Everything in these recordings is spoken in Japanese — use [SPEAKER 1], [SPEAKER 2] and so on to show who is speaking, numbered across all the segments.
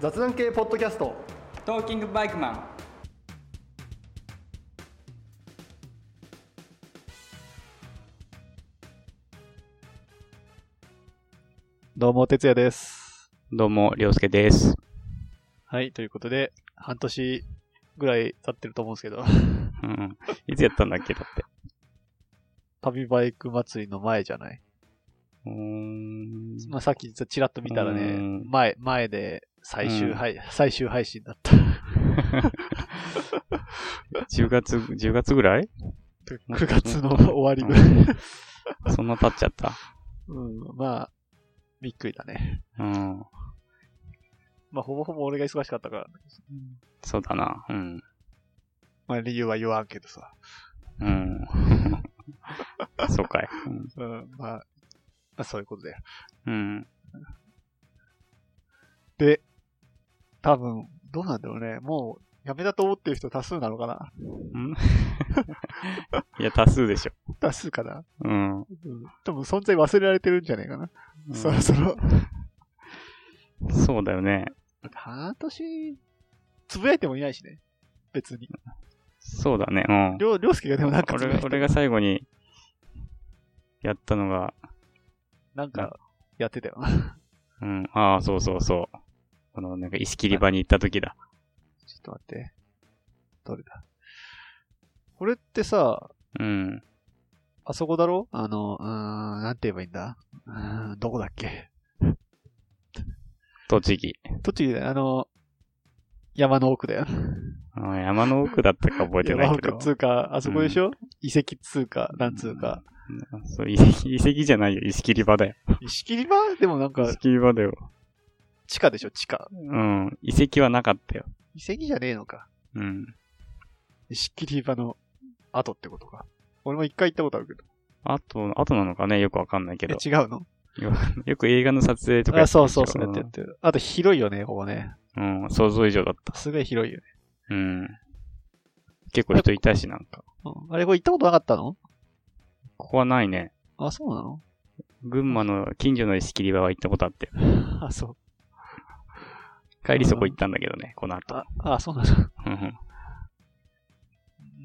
[SPEAKER 1] 雑談系ポッドキャスト
[SPEAKER 2] トーキングバイクマン
[SPEAKER 3] どうも、てつやです。
[SPEAKER 4] どうも、りょうすけです。
[SPEAKER 3] はい、ということで、半年ぐらい経ってると思うんですけど、
[SPEAKER 4] うん。いつやったんだっけだって。
[SPEAKER 3] 旅バイク祭りの前じゃない。
[SPEAKER 4] うーん。
[SPEAKER 3] まあ、さっきちらっと見たら
[SPEAKER 4] う
[SPEAKER 3] ね
[SPEAKER 4] ん、
[SPEAKER 3] 前、前で最終配、最終配信だった。
[SPEAKER 4] 10月、10月ぐらいん
[SPEAKER 3] 9月 の終わりぐらい。
[SPEAKER 4] そんな経っちゃった。
[SPEAKER 3] うん、まあ、びっくりだね。
[SPEAKER 4] うん。
[SPEAKER 3] まあ、ほぼほぼ俺が忙しかったから、
[SPEAKER 4] そうだな。うん。
[SPEAKER 3] まあ、理由は言わんけどさ。
[SPEAKER 4] うん。 そうかい。
[SPEAKER 3] うん、まあ、まあ、そういうことだよ。
[SPEAKER 4] うん。
[SPEAKER 3] で、多分、どうなんだろうね。もう、やめたと思ってる人多数なのかな
[SPEAKER 4] うん、 いや、多数でしょ。
[SPEAKER 3] 多数かな
[SPEAKER 4] うん。うん
[SPEAKER 3] うん。多分、存在忘れられてるんじゃないかな。そろそろ。
[SPEAKER 4] そうだよね。
[SPEAKER 3] 半年、つぶやいてもいないしね。別に。
[SPEAKER 4] そうだね。うん。
[SPEAKER 3] りょう、りょうすけがでもなんかつぶやい
[SPEAKER 4] 俺が
[SPEAKER 3] て、
[SPEAKER 4] 俺が最後に、やったのが、
[SPEAKER 3] なんか、やってたよな。
[SPEAKER 4] うん。ああ、そうそうそう。この、なんか、石切り場に行った時だ。
[SPEAKER 3] ちょっと待って。どれだこれってさ、
[SPEAKER 4] うん。
[SPEAKER 3] あそこだろあの、うーん、なんて言えばいいんだうーん、どこだっけ
[SPEAKER 4] 栃木。
[SPEAKER 3] 栃木だよ。あの、山の奥だよ。
[SPEAKER 4] あ山の奥だったか覚えてな
[SPEAKER 3] 山の
[SPEAKER 4] いけど
[SPEAKER 3] 奥。通過、あそこでしょ、遺跡通過、なん通過。
[SPEAKER 4] そう、遺跡、遺跡じゃないよ。石切り場だよ。
[SPEAKER 3] 石切り場でもなんか
[SPEAKER 4] 石、切り場だよ。
[SPEAKER 3] 地下でしょ地下。
[SPEAKER 4] うん。遺跡はなかったよ。
[SPEAKER 3] 遺跡じゃねえのか。
[SPEAKER 4] うん。
[SPEAKER 3] 石切り場の後ってことか。俺も一回行ったことあるけど。
[SPEAKER 4] あと、あとなのかねよくわかんないけ
[SPEAKER 3] え、
[SPEAKER 4] ど。
[SPEAKER 3] 違うの
[SPEAKER 4] よく映画の撮影とか
[SPEAKER 3] あ、そうそうそう。
[SPEAKER 4] や
[SPEAKER 3] やっ
[SPEAKER 4] ってて
[SPEAKER 3] やっ
[SPEAKER 4] るでして
[SPEAKER 3] る。あと広いよね、ここね。
[SPEAKER 4] ょうん。想像以上だった。
[SPEAKER 3] すごい広いよね。
[SPEAKER 4] うん。結構人いたし、なんか。
[SPEAKER 3] うんあれ、これ行ったことなかったの
[SPEAKER 4] ここはないね。
[SPEAKER 3] あ、そうなの
[SPEAKER 4] 群馬の近所の石切り場は行ったことあって。
[SPEAKER 3] あ、そう。
[SPEAKER 4] 帰りそこ行ったんだけどね、この後。
[SPEAKER 3] あ、あ、そうなの。
[SPEAKER 4] うんうん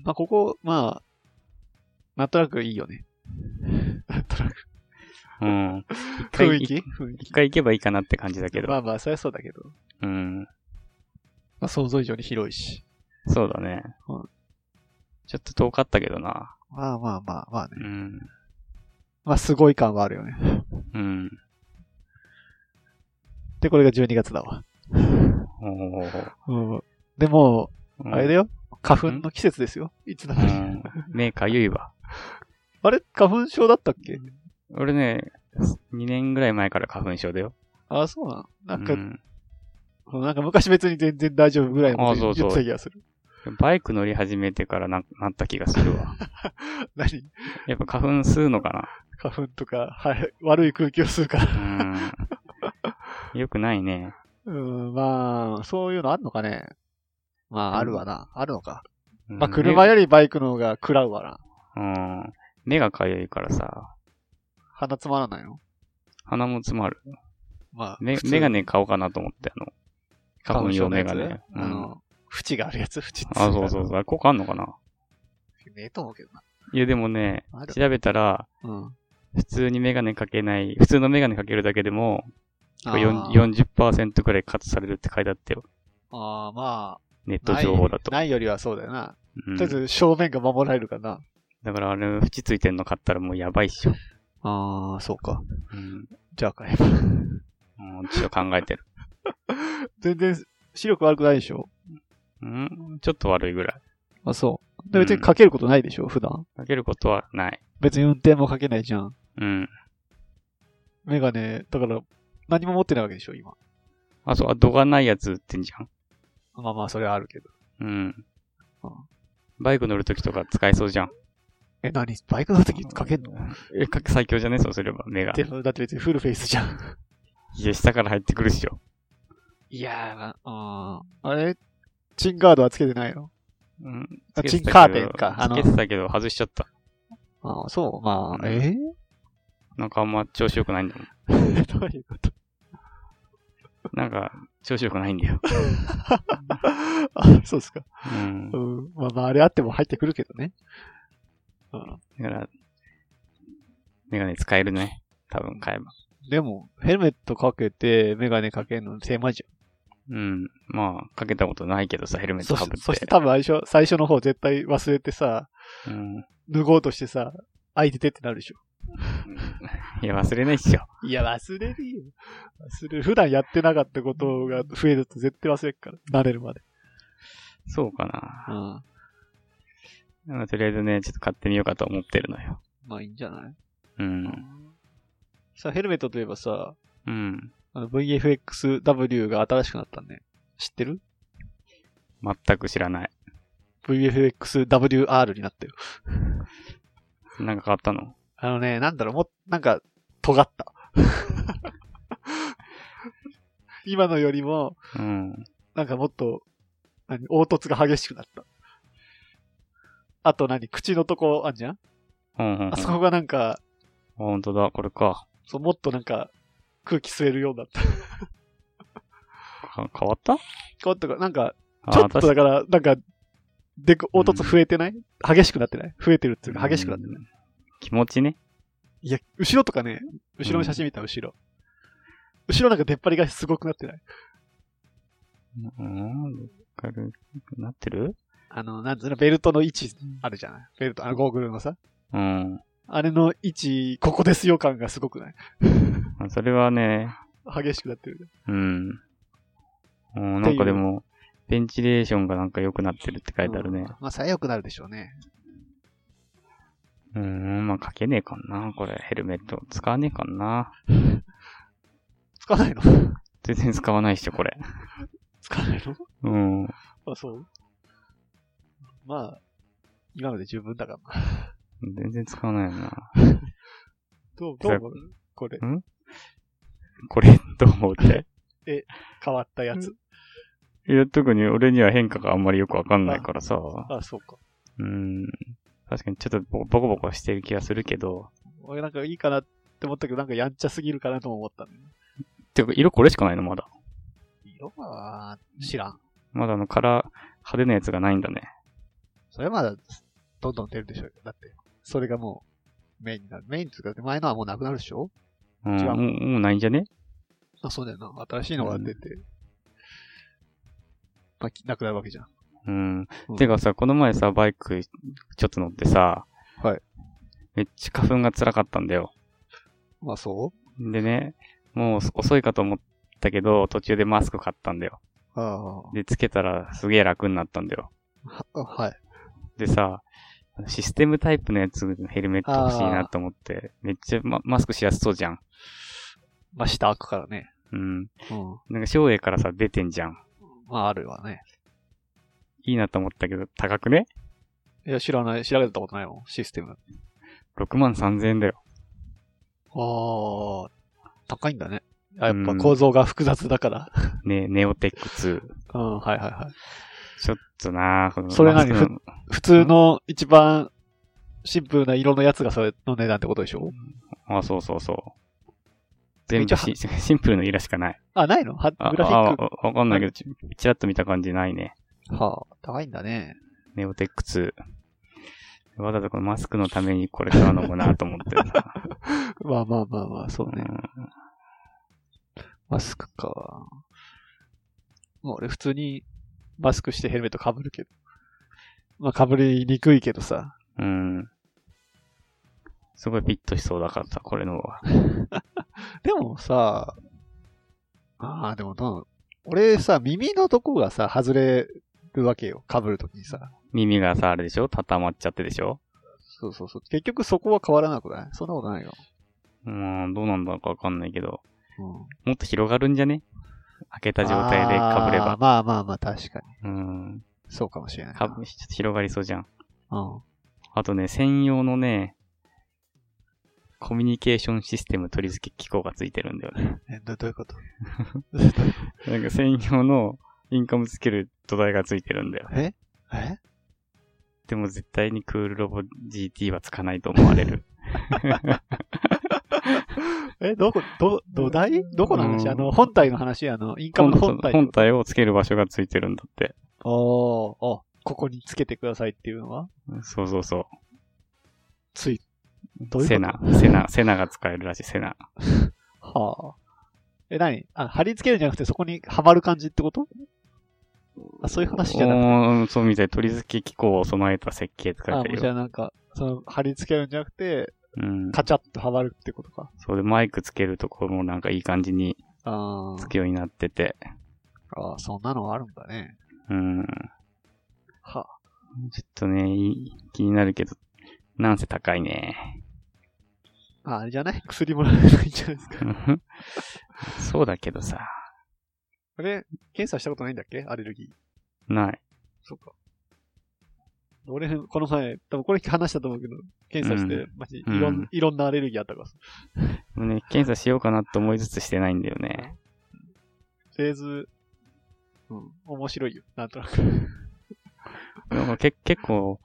[SPEAKER 3] まあ、ここ、まあ、なんとなくいいよね。なんとなく。
[SPEAKER 4] うん。一
[SPEAKER 3] 雰
[SPEAKER 4] 回
[SPEAKER 3] 囲気
[SPEAKER 4] い
[SPEAKER 3] 雰囲気
[SPEAKER 4] 一回行けばいいかなって感じだけど。
[SPEAKER 3] まあまあ、そりゃそうだけど。
[SPEAKER 4] うん。
[SPEAKER 3] まあ、想像以上に広いし。
[SPEAKER 4] そうだね
[SPEAKER 3] うん。
[SPEAKER 4] ちょっと遠かったけどな。
[SPEAKER 3] まあまあまあまあね。
[SPEAKER 4] うん。
[SPEAKER 3] まあ、すごい感はあるよね。
[SPEAKER 4] うん。
[SPEAKER 3] で、これが12月だわ。
[SPEAKER 4] おー
[SPEAKER 3] うん。でも、
[SPEAKER 4] うん
[SPEAKER 3] あれだよ。花粉の季節ですよ。いつだ
[SPEAKER 4] う
[SPEAKER 3] かに。
[SPEAKER 4] ん。目かゆいわ。
[SPEAKER 3] あれ花粉症だったっけ
[SPEAKER 4] 俺ね、2年ぐらい前から花粉症だよ。
[SPEAKER 3] あ、そうなのなんか
[SPEAKER 4] う、ん
[SPEAKER 3] なんか昔別に全然大丈夫ぐらいのこと
[SPEAKER 4] あそうそう
[SPEAKER 3] 言ってた気がする。
[SPEAKER 4] バイク乗り始めてからな、なった気がす るわ。
[SPEAKER 3] 何
[SPEAKER 4] やっぱ花粉吸うのか
[SPEAKER 3] 花粉とか、はい、悪い空気を吸うか
[SPEAKER 4] な。
[SPEAKER 3] ら。
[SPEAKER 4] うん。よくないね。
[SPEAKER 3] うん、まあ、そういうのあんのかね。まあ、あるわな。あるのか。
[SPEAKER 4] うん
[SPEAKER 3] まあ、車よりバイクの方が食らうわな。
[SPEAKER 4] うん。目がかゆいからさ、
[SPEAKER 3] 鼻つまらないの
[SPEAKER 4] 鼻も詰まる。
[SPEAKER 3] まあ、
[SPEAKER 4] め
[SPEAKER 3] 普通
[SPEAKER 4] メガネ買おうかなと思って、あの、花粉用メガネ。う
[SPEAKER 3] あ
[SPEAKER 4] ん、
[SPEAKER 3] の、縁があるやつ縁
[SPEAKER 4] あ、そうそうそう。あれ効果あんのかな
[SPEAKER 3] う。ねえと思うけどな。
[SPEAKER 4] いや、でもね
[SPEAKER 3] あ、る
[SPEAKER 4] 調べたら、
[SPEAKER 3] うん。
[SPEAKER 4] 普通にメガネかけない、普通のメガネかけるだけでも、
[SPEAKER 3] あー
[SPEAKER 4] 4 40%くらいカットされるって書いてあってよ。
[SPEAKER 3] あー、ま
[SPEAKER 4] ネッ
[SPEAKER 3] あ、
[SPEAKER 4] ト
[SPEAKER 3] ない
[SPEAKER 4] 情報だと。
[SPEAKER 3] ないよりはそうだよな。
[SPEAKER 4] うん
[SPEAKER 3] とりあえず正面が守られるかな。
[SPEAKER 4] だからあれ、縁ついてんの買ったらもうやばい っしょ。
[SPEAKER 3] ああ、そうか。
[SPEAKER 4] うん。
[SPEAKER 3] じゃあ買えば。
[SPEAKER 4] うんちょっと考えてる。
[SPEAKER 3] 全然視力悪くないでしょ
[SPEAKER 4] うんちょっと悪いぐらい。
[SPEAKER 3] あ、そう。
[SPEAKER 4] う
[SPEAKER 3] で
[SPEAKER 4] ん
[SPEAKER 3] 別にかけることないでしょ、普段。
[SPEAKER 4] かけることはない。
[SPEAKER 3] 別に運転もかけないじゃん。
[SPEAKER 4] うん。
[SPEAKER 3] メガネ、だから何も持ってないわけでしょ、今。
[SPEAKER 4] あ、そう、あ度がないやつ売ってんじゃん。
[SPEAKER 3] まあまあ、それはあるけど。
[SPEAKER 4] うん
[SPEAKER 3] あ。
[SPEAKER 4] バイク乗るときとか使えそうじゃん。
[SPEAKER 3] え、何バイクの時かけんの
[SPEAKER 4] え、か最強じゃねそうすれば、目が。
[SPEAKER 3] でも、だって別にフルフェイスじゃん。
[SPEAKER 4] いや、下から入ってくるっしょ。
[SPEAKER 3] いやー、あーあれチンガードはつけてないの
[SPEAKER 4] うん。
[SPEAKER 3] あ
[SPEAKER 4] つけて
[SPEAKER 3] チンカー
[SPEAKER 4] た
[SPEAKER 3] テ
[SPEAKER 4] け
[SPEAKER 3] ン
[SPEAKER 4] ど
[SPEAKER 3] かあの
[SPEAKER 4] つけてたけど、外しちゃった。
[SPEAKER 3] ああ、そう、まあ、
[SPEAKER 4] うん
[SPEAKER 3] え
[SPEAKER 4] なんかあんま調子良くないんだもん。
[SPEAKER 3] ー、どういうこと
[SPEAKER 4] なんか、調子良くないんだよ。
[SPEAKER 3] あ、そうですか。
[SPEAKER 4] うん
[SPEAKER 3] う。ん。まあまあ、あれあっても入ってくるけどね。うん。
[SPEAKER 4] だから、メガネ使えるね。多分買えば。
[SPEAKER 3] でも、ヘルメットかけて、メガネかけるの狭いじ
[SPEAKER 4] うん。まあ、かけたことないけどさ、ヘル
[SPEAKER 3] ゃ
[SPEAKER 4] メ
[SPEAKER 3] ん。
[SPEAKER 4] ット
[SPEAKER 3] そ
[SPEAKER 4] かぶっ。
[SPEAKER 3] してそして多分最初、最初の方絶対忘れてさ、
[SPEAKER 4] うん。
[SPEAKER 3] 脱ごうとしてさ、開いててってなるでしょ。
[SPEAKER 4] いや、忘れないっしょ。
[SPEAKER 3] いや、忘れるよ。忘れる。普段やってなかったことが増えると絶対忘れるから。慣れるまで。
[SPEAKER 4] そうかな。
[SPEAKER 3] うん。
[SPEAKER 4] まあとりあえずね、ちょっと買ってみようかと思ってるのよ。
[SPEAKER 3] まあいいんじゃない、
[SPEAKER 4] うん。
[SPEAKER 3] さ、ヘルメットといえばさ、
[SPEAKER 4] うん。
[SPEAKER 3] あの VFXW が新しくなったね。知ってる
[SPEAKER 4] 全く知らない。
[SPEAKER 3] ?VFXWR になったよ。
[SPEAKER 4] なんか買ったの
[SPEAKER 3] あのね、なんだろう、もっ、なんか、尖った。 今のよりも、
[SPEAKER 4] うん。
[SPEAKER 3] なんかもっと、何、凹凸が激しくなった。あと何、口のとこあんじゃん
[SPEAKER 4] うんうん、うん。
[SPEAKER 3] あそ
[SPEAKER 4] あ
[SPEAKER 3] こがなんか、
[SPEAKER 4] 本当だ、これか。
[SPEAKER 3] そう、もっとなんか、空気吸えるようになった。
[SPEAKER 4] か変わった
[SPEAKER 3] こうとか、なんか、
[SPEAKER 4] あ
[SPEAKER 3] ちょっとだ
[SPEAKER 4] 確か
[SPEAKER 3] から、なんか、でく、凹凸増えてない、激しくなってない増えてるっていうか、激しくなってない、
[SPEAKER 4] うん気持ちね。
[SPEAKER 3] いや、後ろとかね、後ろの写真見た、後ろ。後ろなんか出っ張りがすごくなってない
[SPEAKER 4] うん。軽くなってる
[SPEAKER 3] あの、なんつうの、ベルトの位置あるじゃないベルト、あの、ゴーグルのさ。
[SPEAKER 4] うん。
[SPEAKER 3] あれの位置、ここですよ感がすごくない
[SPEAKER 4] あそれはね、
[SPEAKER 3] 激しくなってる。
[SPEAKER 4] うん。うんなんかでも、ベンチレーションがなんか良くなってるって書いてあるね。
[SPEAKER 3] まあ、さえ良くなるでしょうね。
[SPEAKER 4] うーん、まあ、かけねえかな、これ。ヘルメット。使わねえかな。
[SPEAKER 3] 使わないの
[SPEAKER 4] 全然使わないっしょ、これ。
[SPEAKER 3] 使わないの
[SPEAKER 4] うん。
[SPEAKER 3] あ、そう。まあ、今ので十分だからな。
[SPEAKER 4] 全然使わないよな。
[SPEAKER 3] どう、どう思うこれ、
[SPEAKER 4] これ、どう思うって。
[SPEAKER 3] 変わったやつ。
[SPEAKER 4] いや、特に俺には変化があんまりよくわかんないからさ。
[SPEAKER 3] あ、そうか。
[SPEAKER 4] うん。確かにちょっとボボコボコしてる気がするけど。
[SPEAKER 3] 俺なんかいいかなって思ったけど、なんかやんちゃすぎるかなとも思ったんだよね。
[SPEAKER 4] てか、色これしかないの、まだ。
[SPEAKER 3] 色は、知らん。
[SPEAKER 4] まだあの、カラー、派手なやつがないんだね。
[SPEAKER 3] それはまだ、どんどん出るでしょうよ。だって、それがもう、メインになる。メインっていうか、前のはもうなくなるでしょ
[SPEAKER 4] うん。
[SPEAKER 3] 違う
[SPEAKER 4] もう、もうないんじゃね
[SPEAKER 3] あ、そうだよな。新しいのが出て、まあ、きなくなるわけじゃん。
[SPEAKER 4] うん
[SPEAKER 3] うん。
[SPEAKER 4] てかさ、この前さ、バイクちょっと乗ってさ、
[SPEAKER 3] はい。
[SPEAKER 4] めっちゃ花粉が辛かったんだよ。
[SPEAKER 3] まあ、そ
[SPEAKER 4] でね、もう遅いかと思ったけど、途中でマスク買ったんだよ。
[SPEAKER 3] うあ
[SPEAKER 4] で、つけたらすげえ楽になったんだよ。
[SPEAKER 3] あ、はい。
[SPEAKER 4] でさ、システムタイプのやつ、ヘルメット欲しいなと思って、めっちゃママスクしやすそうじゃん。
[SPEAKER 3] まあ、下開くからね。
[SPEAKER 4] うん。
[SPEAKER 3] うん。
[SPEAKER 4] なんか、省エからさ、出てんじゃん。
[SPEAKER 3] まあ、あるわね。
[SPEAKER 4] いいなと思ったけど、高くね
[SPEAKER 3] いや、知らない、調べたことないもん、システム。あ
[SPEAKER 4] ?6 万3000円だよ。
[SPEAKER 3] あ、高いんだね。あやっぱ
[SPEAKER 4] うん
[SPEAKER 3] 構造が複雑だから。
[SPEAKER 4] ね、ネオテック2。
[SPEAKER 3] うん、はいはいはい。
[SPEAKER 4] ちょっとなぁ、この
[SPEAKER 3] それ何
[SPEAKER 4] マスクの
[SPEAKER 3] 普通の一番シンプルな色のやつがそれの値段ってことでしょ
[SPEAKER 4] あ、そうそうそう。全
[SPEAKER 3] 一応
[SPEAKER 4] 部
[SPEAKER 3] は
[SPEAKER 4] シ シンプルの色しかない。
[SPEAKER 3] あ、ないのは
[SPEAKER 4] あ、
[SPEAKER 3] グラフィック。
[SPEAKER 4] ああわかんないけど、ちちらっと見た感じないね。
[SPEAKER 3] はあ、高いんだね。
[SPEAKER 4] ネオテック2。わざとこのマスクのためにこれ買うのもなと思ってさ。
[SPEAKER 3] まあまあまあまあ、 そう
[SPEAKER 4] う
[SPEAKER 3] ね。
[SPEAKER 4] ん
[SPEAKER 3] マスクか。もう俺普通にマスクしてヘルメット被るけど。まあ被りにくいけどさ。
[SPEAKER 4] うん。すごいピッとしそうだからさ、これの方が。
[SPEAKER 3] でもさ、ああ、でもどう俺さ、耳のとこがさ、外れるわけよ。被るときにさ。
[SPEAKER 4] 耳がさ、あれでしょ畳まっちゃってでしょ
[SPEAKER 3] そうそうそう。結局そこは変わらなくないそんなことないよ。
[SPEAKER 4] うん、どうなんだかわかんないけど。
[SPEAKER 3] うん。
[SPEAKER 4] もっと広がるんじゃね開けた状態で被
[SPEAKER 3] あ
[SPEAKER 4] れ
[SPEAKER 3] ー
[SPEAKER 4] ば。
[SPEAKER 3] まあまあまあ、確かに。
[SPEAKER 4] うん。
[SPEAKER 3] そうかもしれないな。
[SPEAKER 4] かぶ、ちょっと広がりそうじゃん。
[SPEAKER 3] うん。
[SPEAKER 4] あとね、専用のね、コミュニケーションシステム取り付け機構がついてるんだよね。
[SPEAKER 3] え、どどういうこと
[SPEAKER 4] なんか専用のインカムつける土台がついてるんだよ。
[SPEAKER 3] ええ
[SPEAKER 4] で も絶対にクールロボ GT はつかないと思われる。
[SPEAKER 3] え、どこ、ど、土台どこの話、
[SPEAKER 4] うん
[SPEAKER 3] あの、本体の話あの、インカムの本体。
[SPEAKER 4] 本体をつける場所がついてるんだって。
[SPEAKER 3] おー、あ、ここにつけてくださいっていうのは
[SPEAKER 4] そうそうそ
[SPEAKER 3] つい、ど
[SPEAKER 4] う。
[SPEAKER 3] ういうこと
[SPEAKER 4] セナ、セナ、セナが使えるらしい、セナ。
[SPEAKER 3] はあ。え、何あ、貼り付けるんじゃなくてそこにはまる感じってことあ、そういう話じゃなくて。
[SPEAKER 4] おーそうみたい。取り付け機構を備えた設計って書
[SPEAKER 3] あ、
[SPEAKER 4] い
[SPEAKER 3] も
[SPEAKER 4] て
[SPEAKER 3] う
[SPEAKER 4] る
[SPEAKER 3] じゃ
[SPEAKER 4] よ。
[SPEAKER 3] あなんか、その、貼り付けるんじゃなくて、
[SPEAKER 4] うん。
[SPEAKER 3] カチャッとはまるってことか。
[SPEAKER 4] そうで、マイクつけるところもなんかいい感じに
[SPEAKER 3] あ
[SPEAKER 4] つくようになってて。
[SPEAKER 3] あ、そんなのがあるんだね。
[SPEAKER 4] うん。
[SPEAKER 3] はあ、
[SPEAKER 4] ちょっとね、いい気になるけど、なんせ高いね。
[SPEAKER 3] ああれじゃない薬もらえないんじゃないですか。
[SPEAKER 4] そうだけどさ、
[SPEAKER 3] あれ、検査したことないんだっけアレルギー。
[SPEAKER 4] ない。
[SPEAKER 3] そうか。俺、この前、多分これ話したと思うけど、検査して、
[SPEAKER 4] う
[SPEAKER 3] マジ、い
[SPEAKER 4] うん
[SPEAKER 3] ろん、いろんなアレルギーあったからさ
[SPEAKER 4] ね、検査しようかなと思いつつしてないんだよね。
[SPEAKER 3] フェーズ、うん、面白いよ、なんとなく。
[SPEAKER 4] でもけ結構、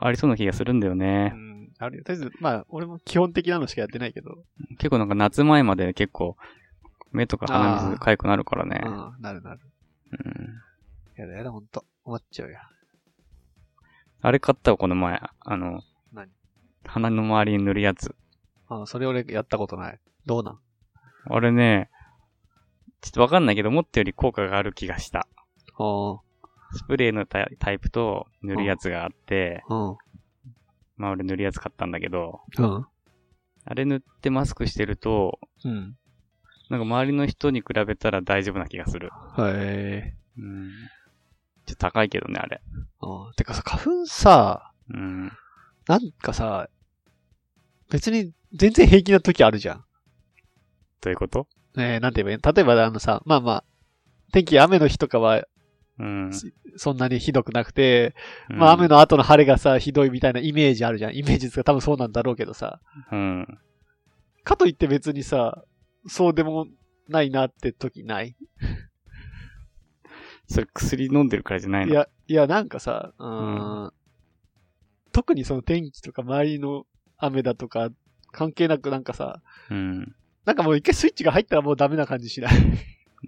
[SPEAKER 4] ありそうな気がするんだよ
[SPEAKER 3] う
[SPEAKER 4] ね。
[SPEAKER 3] ん、あるよ。とりあえず、まあ、俺も基本的なのしかやってないけど、
[SPEAKER 4] 結構なんか夏前まで結構、目とか鼻
[SPEAKER 3] あ
[SPEAKER 4] 水
[SPEAKER 3] ー
[SPEAKER 4] かゆくなるからね。
[SPEAKER 3] うん、なるなる。
[SPEAKER 4] うん
[SPEAKER 3] やだやだ、ほんと。思っちゃうよ。
[SPEAKER 4] あれ買ったわ、この前。あの、
[SPEAKER 3] 何
[SPEAKER 4] 鼻の周りに塗るやつ。
[SPEAKER 3] あそれ俺やったことない。どうなん
[SPEAKER 4] あれね、ちょっとわかんないけど、思ったより効果がある気がした。
[SPEAKER 3] あ
[SPEAKER 4] スプレーのタイタイプと塗るやつがあって、
[SPEAKER 3] あ、
[SPEAKER 4] まあ俺塗るやつ買ったんだけど、
[SPEAKER 3] うん。うん。
[SPEAKER 4] あれ塗ってマスクしてると、
[SPEAKER 3] うん。
[SPEAKER 4] なんか周りの人に比べたら大丈夫な気がする。
[SPEAKER 3] はい。
[SPEAKER 4] うん。ちょっと高いけどね、あれ。
[SPEAKER 3] ああ、てかさ、花粉さ、
[SPEAKER 4] うん。
[SPEAKER 3] なんかさ、別に全然平気な時あるじゃん。
[SPEAKER 4] どういうこと
[SPEAKER 3] ねえ、なんて言えばいい例えばあのさ、まあまあ、天気雨の日とかは
[SPEAKER 4] うん。
[SPEAKER 3] そんなにひどくなくて、まあ雨
[SPEAKER 4] の。
[SPEAKER 3] の後の晴れがさ、ひどいみたいなイメージあるじゃん。イメージですか多分そうなんだろうけどさ。
[SPEAKER 4] うん。
[SPEAKER 3] かといって別にさ、そうでもないなって時ない
[SPEAKER 4] それ薬飲んでるからじゃない
[SPEAKER 3] い
[SPEAKER 4] の。
[SPEAKER 3] や、いや、なんかさ、うーん、特にその天気とか周りの雨だとか関係なくなんかさ、
[SPEAKER 4] うん。
[SPEAKER 3] なんかもう一回スイッチが入ったらもうダメな感じしない。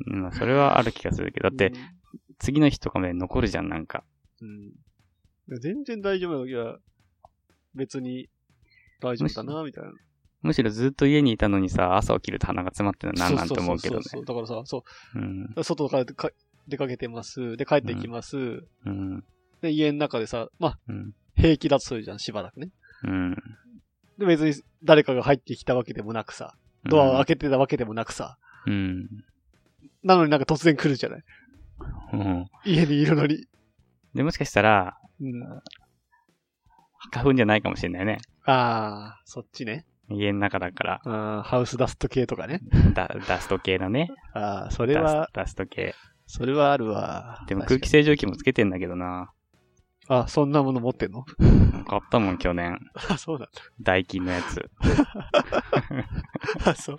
[SPEAKER 4] まあそれはある気がするけど、だって、次の日とかまで残るじゃん、なんか。
[SPEAKER 3] うん、全然大丈夫な時は、別に大丈夫だな、みたいな。
[SPEAKER 4] むしろずっと家にいたのにさ、朝起きると鼻が詰まってるのは何なん
[SPEAKER 3] そ
[SPEAKER 4] て思うけどね。
[SPEAKER 3] そうそうそうだからさ、そう
[SPEAKER 4] うん。
[SPEAKER 3] 外から出か出かけてます。で、帰ってきます。
[SPEAKER 4] うん。
[SPEAKER 3] で、家の中でさ、まあ、
[SPEAKER 4] うん。
[SPEAKER 3] 平気だとするじゃん、しばらくね。
[SPEAKER 4] うん。
[SPEAKER 3] で、別に誰かが入ってきたわけでもなくさ、ドアを開けてたわけでもなくさ、
[SPEAKER 4] うん。
[SPEAKER 3] なのになんか突然来るじゃない
[SPEAKER 4] うん。
[SPEAKER 3] 家にいるのに。
[SPEAKER 4] で、もしかしたら、
[SPEAKER 3] うん。
[SPEAKER 4] 花粉じゃないかもしれないね。
[SPEAKER 3] ああ、そっちね。
[SPEAKER 4] 家の中だから、
[SPEAKER 3] あーハウスダスト系とかね。
[SPEAKER 4] ダダスト系だね。
[SPEAKER 3] ああ、それ
[SPEAKER 4] ダ
[SPEAKER 3] は
[SPEAKER 4] ス、ダスト系。
[SPEAKER 3] それはあるわ。
[SPEAKER 4] でも空気清浄機もつけてんだけどな。
[SPEAKER 3] 確かにあ、そんなもの持ってんの
[SPEAKER 4] 買ったもん、去年。
[SPEAKER 3] あ、そうなん
[SPEAKER 4] ダイキンのやつ。
[SPEAKER 3] だ。あ、そう。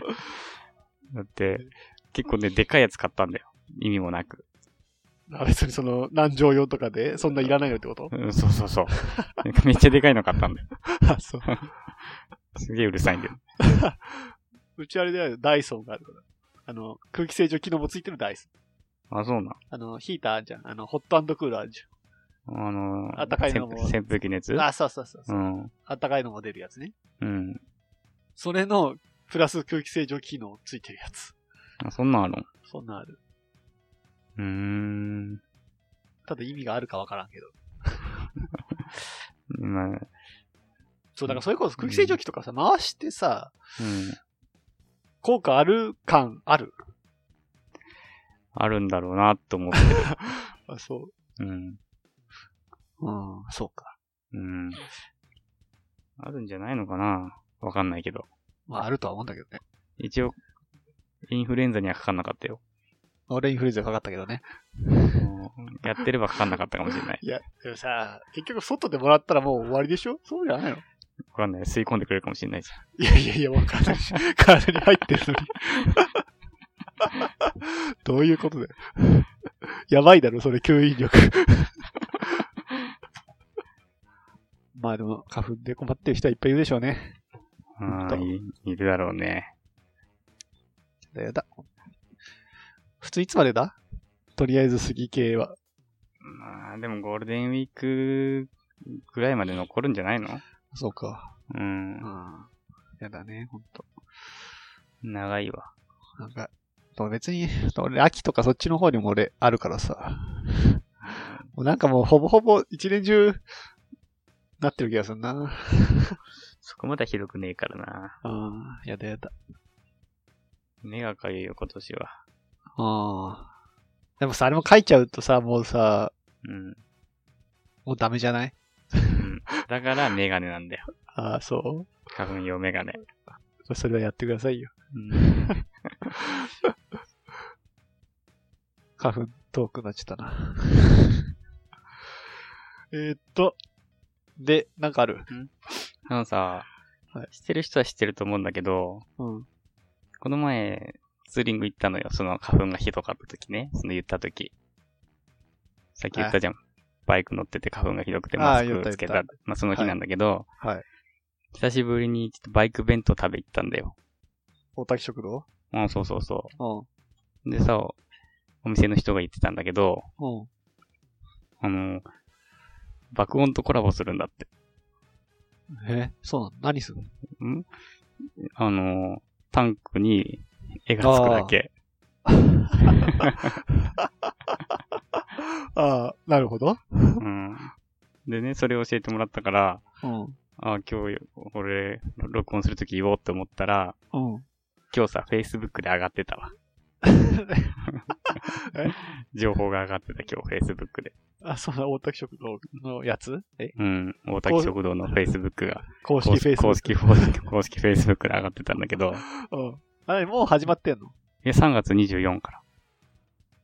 [SPEAKER 4] だって、結構ね、でかいやつ買ったんだよ。意味もなく。
[SPEAKER 3] あ別にその、南城用とかで、そんないらないよってこと
[SPEAKER 4] うん、そうそうそう。 めっちゃでかいの買ったんだよ。
[SPEAKER 3] あ、そう。
[SPEAKER 4] すげえうるさいんだよ。
[SPEAKER 3] うちあれだよ、ダイソンがあるから。あの、空気清浄機能もついてるダイソン。
[SPEAKER 4] あ、そうな。
[SPEAKER 3] あの、ヒーターあるじゃん。あの、ホットクールあるじ
[SPEAKER 4] あのー、
[SPEAKER 3] あったかいのも
[SPEAKER 4] 扇扇風機のや
[SPEAKER 3] ゃ
[SPEAKER 4] つ
[SPEAKER 3] ん。あ、そうそうそうそうう。
[SPEAKER 4] ん。
[SPEAKER 3] あったかいのも出るやつね。
[SPEAKER 4] うん。
[SPEAKER 3] それの、プラス空気清浄機能ついてるやつ。
[SPEAKER 4] あ、そんなんあるん
[SPEAKER 3] そんなんある。
[SPEAKER 4] うーん。
[SPEAKER 3] ただ意味があるかわからんけど。
[SPEAKER 4] まあ、うん。
[SPEAKER 3] そう、だからそれこそ空気清浄機とかさ、回してさ、効果ある感ある。
[SPEAKER 4] あるんだろうな、と思って。
[SPEAKER 3] あ、そ
[SPEAKER 4] うん。
[SPEAKER 3] う。うん、そうか。
[SPEAKER 4] うん。あるんじゃないのかなわかんないけど。
[SPEAKER 3] まあ、あるとは思うんだけどね。
[SPEAKER 4] 一応、インフルエンザにはかかんなかったよ。
[SPEAKER 3] 俺インフルエンザかかったけどね。
[SPEAKER 4] うんやってればかかんなかったかもしれない。
[SPEAKER 3] いや、でもさ、結局外でもらったらもう終わりでしょそうじゃないの
[SPEAKER 4] わかんない。吸い込んでくれるかもしれないじ
[SPEAKER 3] いやいやいや、わかんない し。体に入ってるのに。どういうことだよ。やばいだろ、それ、吸引力。まあでも、花粉で困ってる人はいっぱいいるでしょうね。
[SPEAKER 4] ゃうん
[SPEAKER 3] 当
[SPEAKER 4] いいるだろうね。
[SPEAKER 3] だやだ。普通いつまでだとりあえず杉系は。
[SPEAKER 4] まあ、でもゴールデンウィークぐらいまで残るんじゃないの
[SPEAKER 3] そうか。
[SPEAKER 4] うん
[SPEAKER 3] う。ん。やだね、ほんと。
[SPEAKER 4] 長いわ。
[SPEAKER 3] なんか、でも別に、 俺、秋とかそっちの方にも俺、あるからさ。もうなんかもう、ほぼほぼ、一年中、なってる気がする な。
[SPEAKER 4] そこまではひどくねえからな。
[SPEAKER 3] うん。やだやだ。
[SPEAKER 4] 目がかゆいよ、今年は。
[SPEAKER 3] うん。でもさ、あれも書いちゃうとさ、もうさ、
[SPEAKER 4] うん。
[SPEAKER 3] もうダメじゃない
[SPEAKER 4] うんだからメガネなんだよ。
[SPEAKER 3] ああ、そ
[SPEAKER 4] 花粉用メガネ。
[SPEAKER 3] う。それはやってくださいよ。花粉遠くなっちゃった な。えーっと。で、なんかある
[SPEAKER 4] あのさ、
[SPEAKER 3] はい
[SPEAKER 4] 知ってる人は知ってると思うんだけど、
[SPEAKER 3] うん。
[SPEAKER 4] この前、ツーリング行ったのよ。その花粉がひどかった時ね。その言った時。さっき言ったじゃん。バイク乗ってて花粉がひどくて
[SPEAKER 3] ああ
[SPEAKER 4] マス
[SPEAKER 3] 言った
[SPEAKER 4] ク
[SPEAKER 3] 言っ
[SPEAKER 4] つ
[SPEAKER 3] た
[SPEAKER 4] けた。まあその日なんだけど、
[SPEAKER 3] はい。
[SPEAKER 4] 久しぶりにちょっとバイク弁当食べ行ったんだよ。
[SPEAKER 3] 大滝食堂
[SPEAKER 4] うん、そうそうそ
[SPEAKER 3] うん。
[SPEAKER 4] う。でさ、お店の人が言ってたんだけど、
[SPEAKER 3] うん。
[SPEAKER 4] あの、爆音とコラボするんだって。
[SPEAKER 3] え、そうなの何するの
[SPEAKER 4] んあの、タンクに絵がつくだけ。
[SPEAKER 3] ああ、なるほど。
[SPEAKER 4] うん。でね、それを教えてもらったから、
[SPEAKER 3] うん。
[SPEAKER 4] あ今日、俺、録音するとき言おうって思ったら、
[SPEAKER 3] うん。
[SPEAKER 4] 今日さ、Facebook で上がってた わ
[SPEAKER 3] え。
[SPEAKER 4] 情報が上がってた、今日、Facebook で。
[SPEAKER 3] あ、そうなの、大滝食堂のやつえ
[SPEAKER 4] うん。大滝食堂の Facebook が、
[SPEAKER 3] 公式
[SPEAKER 4] 公
[SPEAKER 3] フェイ
[SPEAKER 4] 式、
[SPEAKER 3] ス。
[SPEAKER 4] 公式、公式、公式 Facebook で上がってたんだけど、い
[SPEAKER 3] うん。あれ、もう始まってんの
[SPEAKER 4] や、3月24か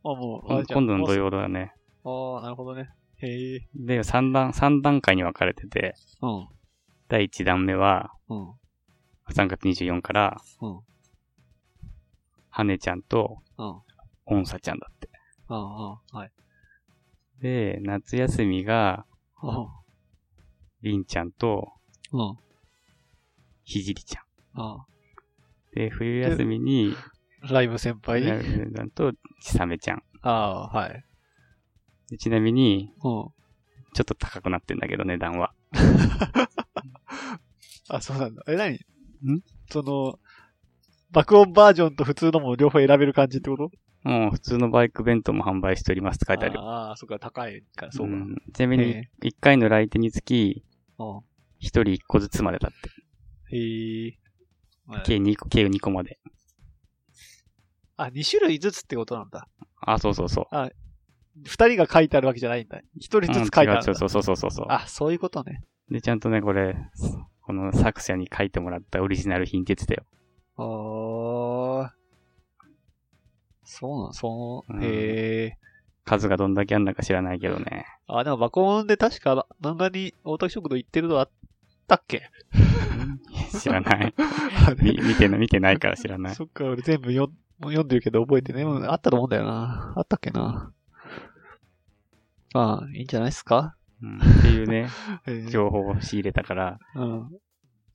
[SPEAKER 3] あ、もう。
[SPEAKER 4] ら。
[SPEAKER 3] あじゃあ
[SPEAKER 4] 今度の土曜だね。
[SPEAKER 3] ああ、なるほどね。へえ。
[SPEAKER 4] で、3段、三段階に分かれてて、
[SPEAKER 3] うん。
[SPEAKER 4] 第1弾目は、
[SPEAKER 3] うん。
[SPEAKER 4] 3月24から、
[SPEAKER 3] うん。
[SPEAKER 4] 羽根ちゃんと、
[SPEAKER 3] うん。うん。
[SPEAKER 4] 音さちゃんだって。
[SPEAKER 3] うん。はい。
[SPEAKER 4] で、夏休みが、
[SPEAKER 3] うん。
[SPEAKER 4] りんちゃんと、
[SPEAKER 3] うん。
[SPEAKER 4] ひじりちゃん。
[SPEAKER 3] あ
[SPEAKER 4] で、冬休みに、
[SPEAKER 3] ライブ先
[SPEAKER 4] ラ
[SPEAKER 3] 輩
[SPEAKER 4] ルルちゃんと、ちさめちゃん。
[SPEAKER 3] ああ、はい。
[SPEAKER 4] でちなみに、
[SPEAKER 3] うん。
[SPEAKER 4] ちょっと高くなってんだけど、値段は。
[SPEAKER 3] あ、そうなんだ。え、何ん
[SPEAKER 4] ん
[SPEAKER 3] その、爆音バージョンと普通のも両方選べる感じってこと
[SPEAKER 4] もう、普通のバイク弁当も販売しておりますって書いてあるよ。
[SPEAKER 3] ああ、そっか、高いから、そうか。うん。
[SPEAKER 4] んちなみ
[SPEAKER 3] へ
[SPEAKER 4] に、1回の来店につき、1人1個ずつまでだって。
[SPEAKER 3] へえ。
[SPEAKER 4] 計2個、計2個まで。
[SPEAKER 3] あ、2種類ずつってことなんだ。
[SPEAKER 4] あ、そうそうそう。
[SPEAKER 3] 2人が書いてあるわけじゃないんだ。1人ずつ書いてあるんだ。
[SPEAKER 4] うん違うそうそうそうそうそう。
[SPEAKER 3] あ、そういうことね。
[SPEAKER 4] で、ちゃんとね、これ、この作者に書いてもらったオリジナル品って言ってたよ。
[SPEAKER 3] おー。そうなん、そう、
[SPEAKER 4] うん
[SPEAKER 3] へえ。
[SPEAKER 4] 数がどんだけあんだか知らないけど ね。
[SPEAKER 3] あ、でも爆音で確か漫画に大田食堂行ってるのあったっけ
[SPEAKER 4] 知らない。
[SPEAKER 3] あれ
[SPEAKER 4] み見てな、見てないから知らない。
[SPEAKER 3] そっか、俺全部よ読んでるけど覚えてね。うんあったと思うんだよな。あったっけな。まあ、いいんじゃないですか
[SPEAKER 4] うん、っていうね、
[SPEAKER 3] えー
[SPEAKER 4] 情報を仕入れたから、
[SPEAKER 3] うん。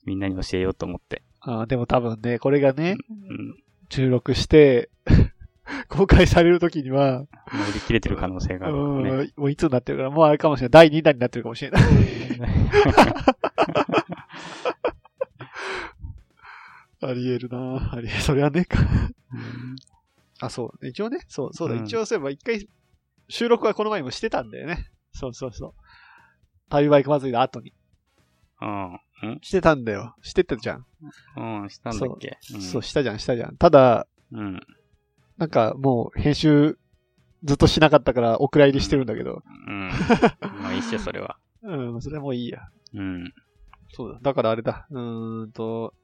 [SPEAKER 4] みんなに教えようと思って。
[SPEAKER 3] あーでも多分ね、これがね、
[SPEAKER 4] うん。も
[SPEAKER 3] 収録して、 公開されるときには、
[SPEAKER 4] う売り切れてる可能性がある
[SPEAKER 3] うん
[SPEAKER 4] ね。
[SPEAKER 3] もういつになってるから、もうあれかもしれない。第2弾になってるかもしれない。 あり得るなあり得それはねえか。あ、そう。一応ね、そう、そうだ。
[SPEAKER 4] うん
[SPEAKER 3] 一応そういえば一回、収録はこの前にもしてたんだよね。そうそうそう。旅バイク祭りの後に。
[SPEAKER 4] うん。
[SPEAKER 3] してたんだよ。してたじゃん。
[SPEAKER 4] うん。うん。したんだっけうん
[SPEAKER 3] そう、したじゃん、したじゃん。ただ、
[SPEAKER 4] うん。
[SPEAKER 3] なんかもう編集ずっとしなかったからお蔵入りしてるんだけど。
[SPEAKER 4] うん。まあ一緒、それは。
[SPEAKER 3] うん、それはもういいや。
[SPEAKER 4] うん。
[SPEAKER 3] そうだ。だからあれだ。うーんと、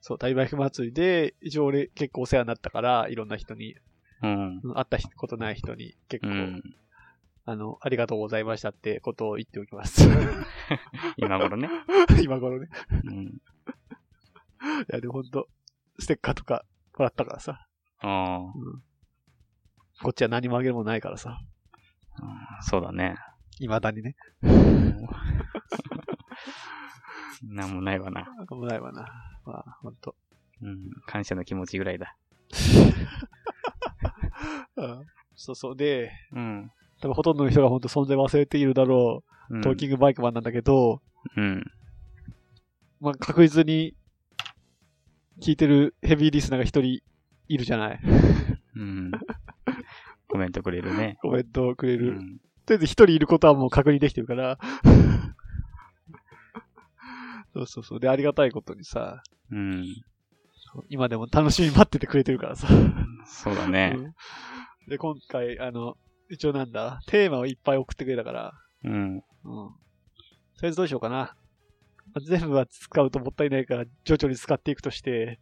[SPEAKER 3] そう、大バイク祭りで、一応俺結構お世話になったから、いろんな人に、
[SPEAKER 4] うん。
[SPEAKER 3] うん会った人ことない人に結
[SPEAKER 4] う
[SPEAKER 3] 構、
[SPEAKER 4] ん。
[SPEAKER 3] あの、ありがとうございましたってことを言っておきます。
[SPEAKER 4] 今頃ね。
[SPEAKER 3] 今頃ね。
[SPEAKER 4] うん。
[SPEAKER 3] いや、でもほんと、ステッカーとかもらったからさ。
[SPEAKER 4] あ
[SPEAKER 3] こっちは何もあげるもんないからさ。
[SPEAKER 4] あ、そうだね。
[SPEAKER 3] 未だにね。
[SPEAKER 4] なんもないわな。
[SPEAKER 3] なんかもないわな。まあ、ほんと。
[SPEAKER 4] うん。感謝の気持ちぐらいだ。
[SPEAKER 3] うんそうそう。で、
[SPEAKER 4] うん。
[SPEAKER 3] 多分ほとんどの人が本当存在忘れているだろ
[SPEAKER 4] う
[SPEAKER 3] う、
[SPEAKER 4] ん
[SPEAKER 3] トーキングバイクマンなんだけど、
[SPEAKER 4] うん。
[SPEAKER 3] まあ確実に聞いてるヘビーリスナーが一人いるじゃ ない。
[SPEAKER 4] うん。コメントくれるね。
[SPEAKER 3] コメントをくれ
[SPEAKER 4] う
[SPEAKER 3] る。
[SPEAKER 4] ん。
[SPEAKER 3] とりあえず一人いることはもう確認できてるから。 そうそうそう。で、ありがたいことにさ、
[SPEAKER 4] うん。
[SPEAKER 3] 今でも楽しみに待っててくれてるからさ。
[SPEAKER 4] そうだね。
[SPEAKER 3] うんで、今回、あの、一応なんだ、テーマをいっぱい送ってくれたから、
[SPEAKER 4] う
[SPEAKER 3] う
[SPEAKER 4] ん。
[SPEAKER 3] ん。とりあえずどうしようかな。全部は使うともったいないから、徐々に使っていくと して。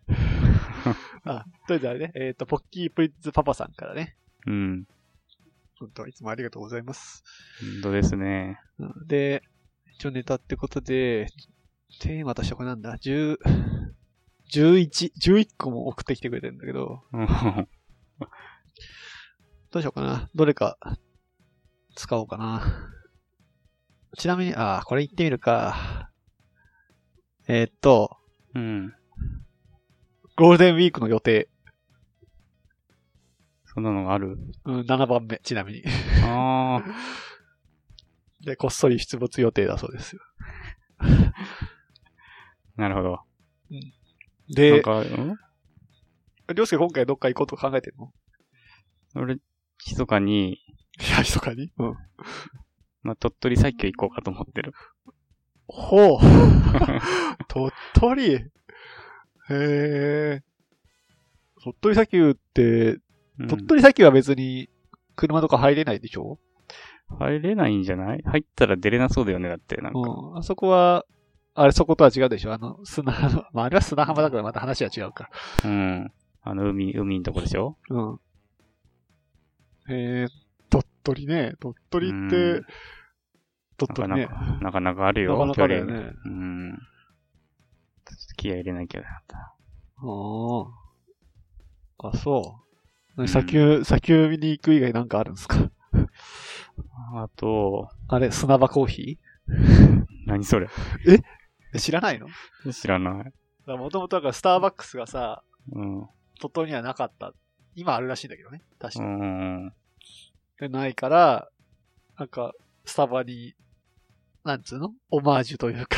[SPEAKER 3] あ、とりあえずあれね、えっ、と、ポッキープリッツパパさんからね。
[SPEAKER 4] うん。
[SPEAKER 3] 本当いつもありがとうございます。
[SPEAKER 4] 本当ですね。
[SPEAKER 3] うんで、一応ネタってことで、テーマとしてはこれなんだ、10、11、11個も送ってきてくれてるんだけど、
[SPEAKER 4] うん
[SPEAKER 3] どうしようかな。どれか、使おうかな。ちなみに、あー、これ言ってみるか。えーっと、
[SPEAKER 4] うん。
[SPEAKER 3] ゴールデンウィークの予定。
[SPEAKER 4] そんなのがある
[SPEAKER 3] うん、7番目、ちなみに。
[SPEAKER 4] ああ。
[SPEAKER 3] で、こっそり出没予定だそうですよ。
[SPEAKER 4] なるほど。なん
[SPEAKER 3] で、
[SPEAKER 4] か、うん
[SPEAKER 3] りょうすけ今回どっか行こうとか考えてるの
[SPEAKER 4] 俺、密かに、
[SPEAKER 3] いや、密かに。うん。
[SPEAKER 4] まあ、鳥取砂丘行こうかと思ってる。
[SPEAKER 3] ほう。 鳥取。へえ。鳥取砂丘って、
[SPEAKER 4] うん
[SPEAKER 3] 鳥取砂丘は別に車とか入れないでしょ、
[SPEAKER 4] 入れないんじゃない入ったら出れなそうだよね、だって。なん
[SPEAKER 3] う
[SPEAKER 4] か。
[SPEAKER 3] ん、あそこは、あれそことは違うでしょあの、砂浜、まあ、あれは砂浜だからまた話は違うか。
[SPEAKER 4] うん。あの、海、海のとこでしょ
[SPEAKER 3] うん。へえ、鳥取ね。鳥取って、
[SPEAKER 4] うん
[SPEAKER 3] 鳥取ね。
[SPEAKER 4] なかなかあるよ、
[SPEAKER 3] なかなかだよ
[SPEAKER 4] 距離
[SPEAKER 3] ね。
[SPEAKER 4] うん。ちょっと気合い入れなきゃなった。
[SPEAKER 3] ああ。あ、そう。
[SPEAKER 4] ん
[SPEAKER 3] 砂丘、砂丘見に行く以外なんかあるんですか
[SPEAKER 4] あと、
[SPEAKER 3] あれ、砂場コーヒ
[SPEAKER 4] 何それ
[SPEAKER 3] ー知らないの
[SPEAKER 4] 知らない。
[SPEAKER 3] もともとだからスターバックスがさ、
[SPEAKER 4] うん。う
[SPEAKER 3] 鳥取にはなかった。今あるらしいんだけどね。確かに。
[SPEAKER 4] ん。
[SPEAKER 3] でないから、なんか、スタバに、なんつうのオマージュというか、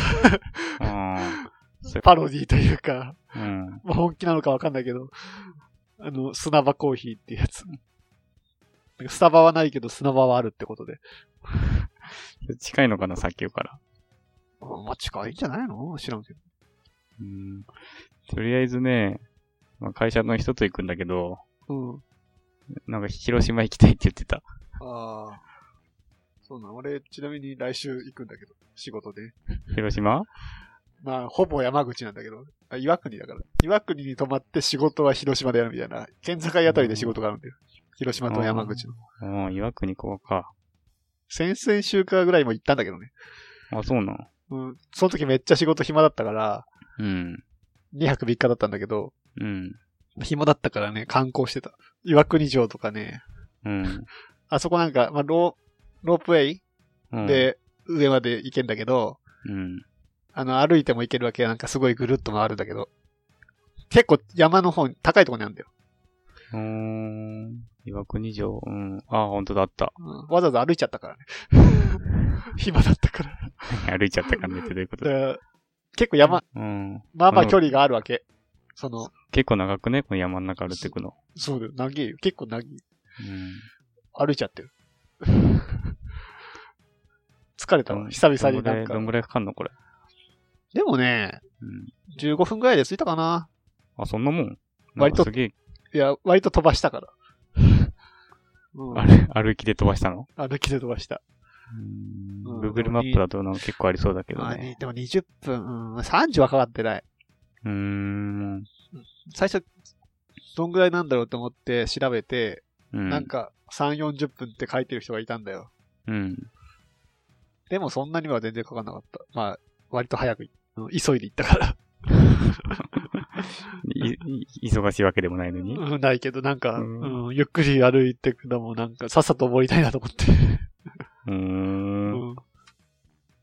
[SPEAKER 4] あー
[SPEAKER 3] パロディというか、
[SPEAKER 4] うん。
[SPEAKER 3] まあ、本気なのかわかんないけど、あの、砂場コーヒーっていうやつ。なんかスタバはないけど砂場はあるってことで。
[SPEAKER 4] 近いのかな、砂丘から。
[SPEAKER 3] まあ、近いんじゃないの知らんけど。
[SPEAKER 4] うん。とりあえずね、まあ、会社の人と行くんだけど、
[SPEAKER 3] うん。
[SPEAKER 4] なんか広島行きたいって言ってた。
[SPEAKER 3] ああ。そうなん。俺、ちなみに来週行くんだけど、仕事で。
[SPEAKER 4] 広島
[SPEAKER 3] まあ、ほぼ山口なんだけど、あ岩国だから。岩国に泊まって仕事は広島でやるみたいな、県境あたりで仕事があるんだよ。広島と山口の。
[SPEAKER 4] うん、岩国ここか。
[SPEAKER 3] 先々週かぐらいも行ったんだけどね。
[SPEAKER 4] あ、そうなの
[SPEAKER 3] うん。その時めっちゃ仕事暇だったから、
[SPEAKER 4] うん。
[SPEAKER 3] 2泊3日だったんだけど、
[SPEAKER 4] うん。
[SPEAKER 3] 暇だったからね、観光してた。岩国城とかね、
[SPEAKER 4] うん。
[SPEAKER 3] あそこなんか、まあ、ロー、ロープウェイ
[SPEAKER 4] うん、
[SPEAKER 3] で上まで行けんだけど、
[SPEAKER 4] うん。
[SPEAKER 3] あの、歩いても行けるわけなんかすごいぐるっと回るんだけど、結構山の方に、高いところにあるんだよ。
[SPEAKER 4] うーん。岩国城。うん。あ、ほんとだあった。
[SPEAKER 3] わざわざ歩いちゃったからね。 暇だったから。
[SPEAKER 4] 歩いちゃった感じってどういうこと
[SPEAKER 3] だから結構山、
[SPEAKER 4] うん。
[SPEAKER 3] まあまあ距離があるわけ。その、
[SPEAKER 4] 結構長くね、この山の中歩いてくの。
[SPEAKER 3] そうだよ、長いよ。結構長い。
[SPEAKER 4] うん。
[SPEAKER 3] 歩いちゃってる。 疲れたわ、久々になんか
[SPEAKER 4] どん。ぐらいかかんのこれ。
[SPEAKER 3] でもね、
[SPEAKER 4] うん。
[SPEAKER 3] 15分ぐらいで着いたかな。
[SPEAKER 4] あ、そんなもんなんか
[SPEAKER 3] 割と
[SPEAKER 4] すげえ、
[SPEAKER 3] いや、割と飛ばしたから。 うん
[SPEAKER 4] あれ、歩きで飛ばしたの
[SPEAKER 3] 歩きで飛ばした。うん
[SPEAKER 4] ?Google マップだとなんか結構ありそうだけど
[SPEAKER 3] まあ
[SPEAKER 4] ね。
[SPEAKER 3] にでも20分、うん、30はかかってない。
[SPEAKER 4] うーん。
[SPEAKER 3] 最初、どんぐらいなんだろうと思って調べて、
[SPEAKER 4] うん。
[SPEAKER 3] なんか3、40分って書いてる人がいたんだよ。
[SPEAKER 4] うん。
[SPEAKER 3] でもそんなには全然かかんなかった。まあ、割と早く、あの急いで行ったから。
[SPEAKER 4] いい 忙しいわけでもないのに。
[SPEAKER 3] うん、ないけど、なんか、
[SPEAKER 4] うん
[SPEAKER 3] うんゆっくり歩いてくのもなんか、さっさと登りたいなと思って。
[SPEAKER 4] うーん。
[SPEAKER 3] うん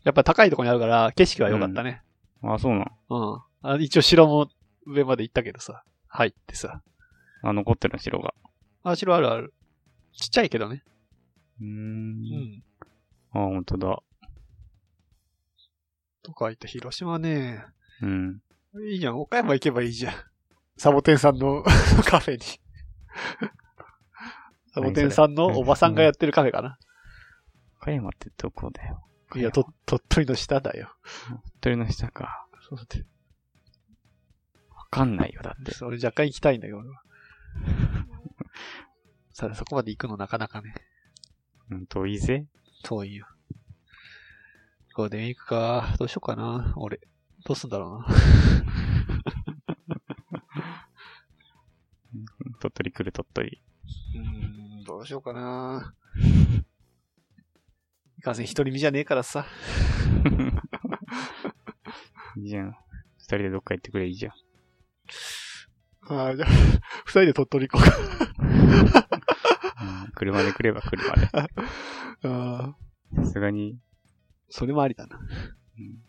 [SPEAKER 3] やっぱ高いところにあるから、景色は良かったね。
[SPEAKER 4] ああ、そうなん。
[SPEAKER 3] うん。あ一応城も上まで行ったけどさ、入ってさ。
[SPEAKER 4] あ、残ってるの城が。
[SPEAKER 3] あ、城あるある。ちっちゃいけどね。
[SPEAKER 4] うー。
[SPEAKER 3] うんん。
[SPEAKER 4] あ、ほんとだ。
[SPEAKER 3] とか言って広島ね。
[SPEAKER 4] うん。
[SPEAKER 3] いいじゃん、岡山行けばいいじゃん。サボテンさんの カフェに。サボテンさんのおばさんがやってるカフェかな。
[SPEAKER 4] 岡山ってどこだよ。
[SPEAKER 3] いや、と、鳥取の下だよ。
[SPEAKER 4] 鳥の下か。
[SPEAKER 3] そうだって
[SPEAKER 4] わかんないよ、だって。
[SPEAKER 3] それ若干行きたいんだけど、俺は。さそこまで行くのなかなかね、
[SPEAKER 4] うん、遠いぜ。
[SPEAKER 3] 遠いよ。ゴールデンウィークか。どうしようかな、俺。どうすんだろうな。
[SPEAKER 4] 鳥取来る鳥取。
[SPEAKER 3] うーん、どうしようか な。いかんせん一人身じゃねえからさ。
[SPEAKER 4] いいじゃん。二人でどっか行ってくれいいじゃん。
[SPEAKER 3] ああ、じゃあ、二人で鳥取行こうか。
[SPEAKER 4] うん車で来れば車で。
[SPEAKER 3] ああ、
[SPEAKER 4] さすがに、
[SPEAKER 3] それもありだな。
[SPEAKER 4] うん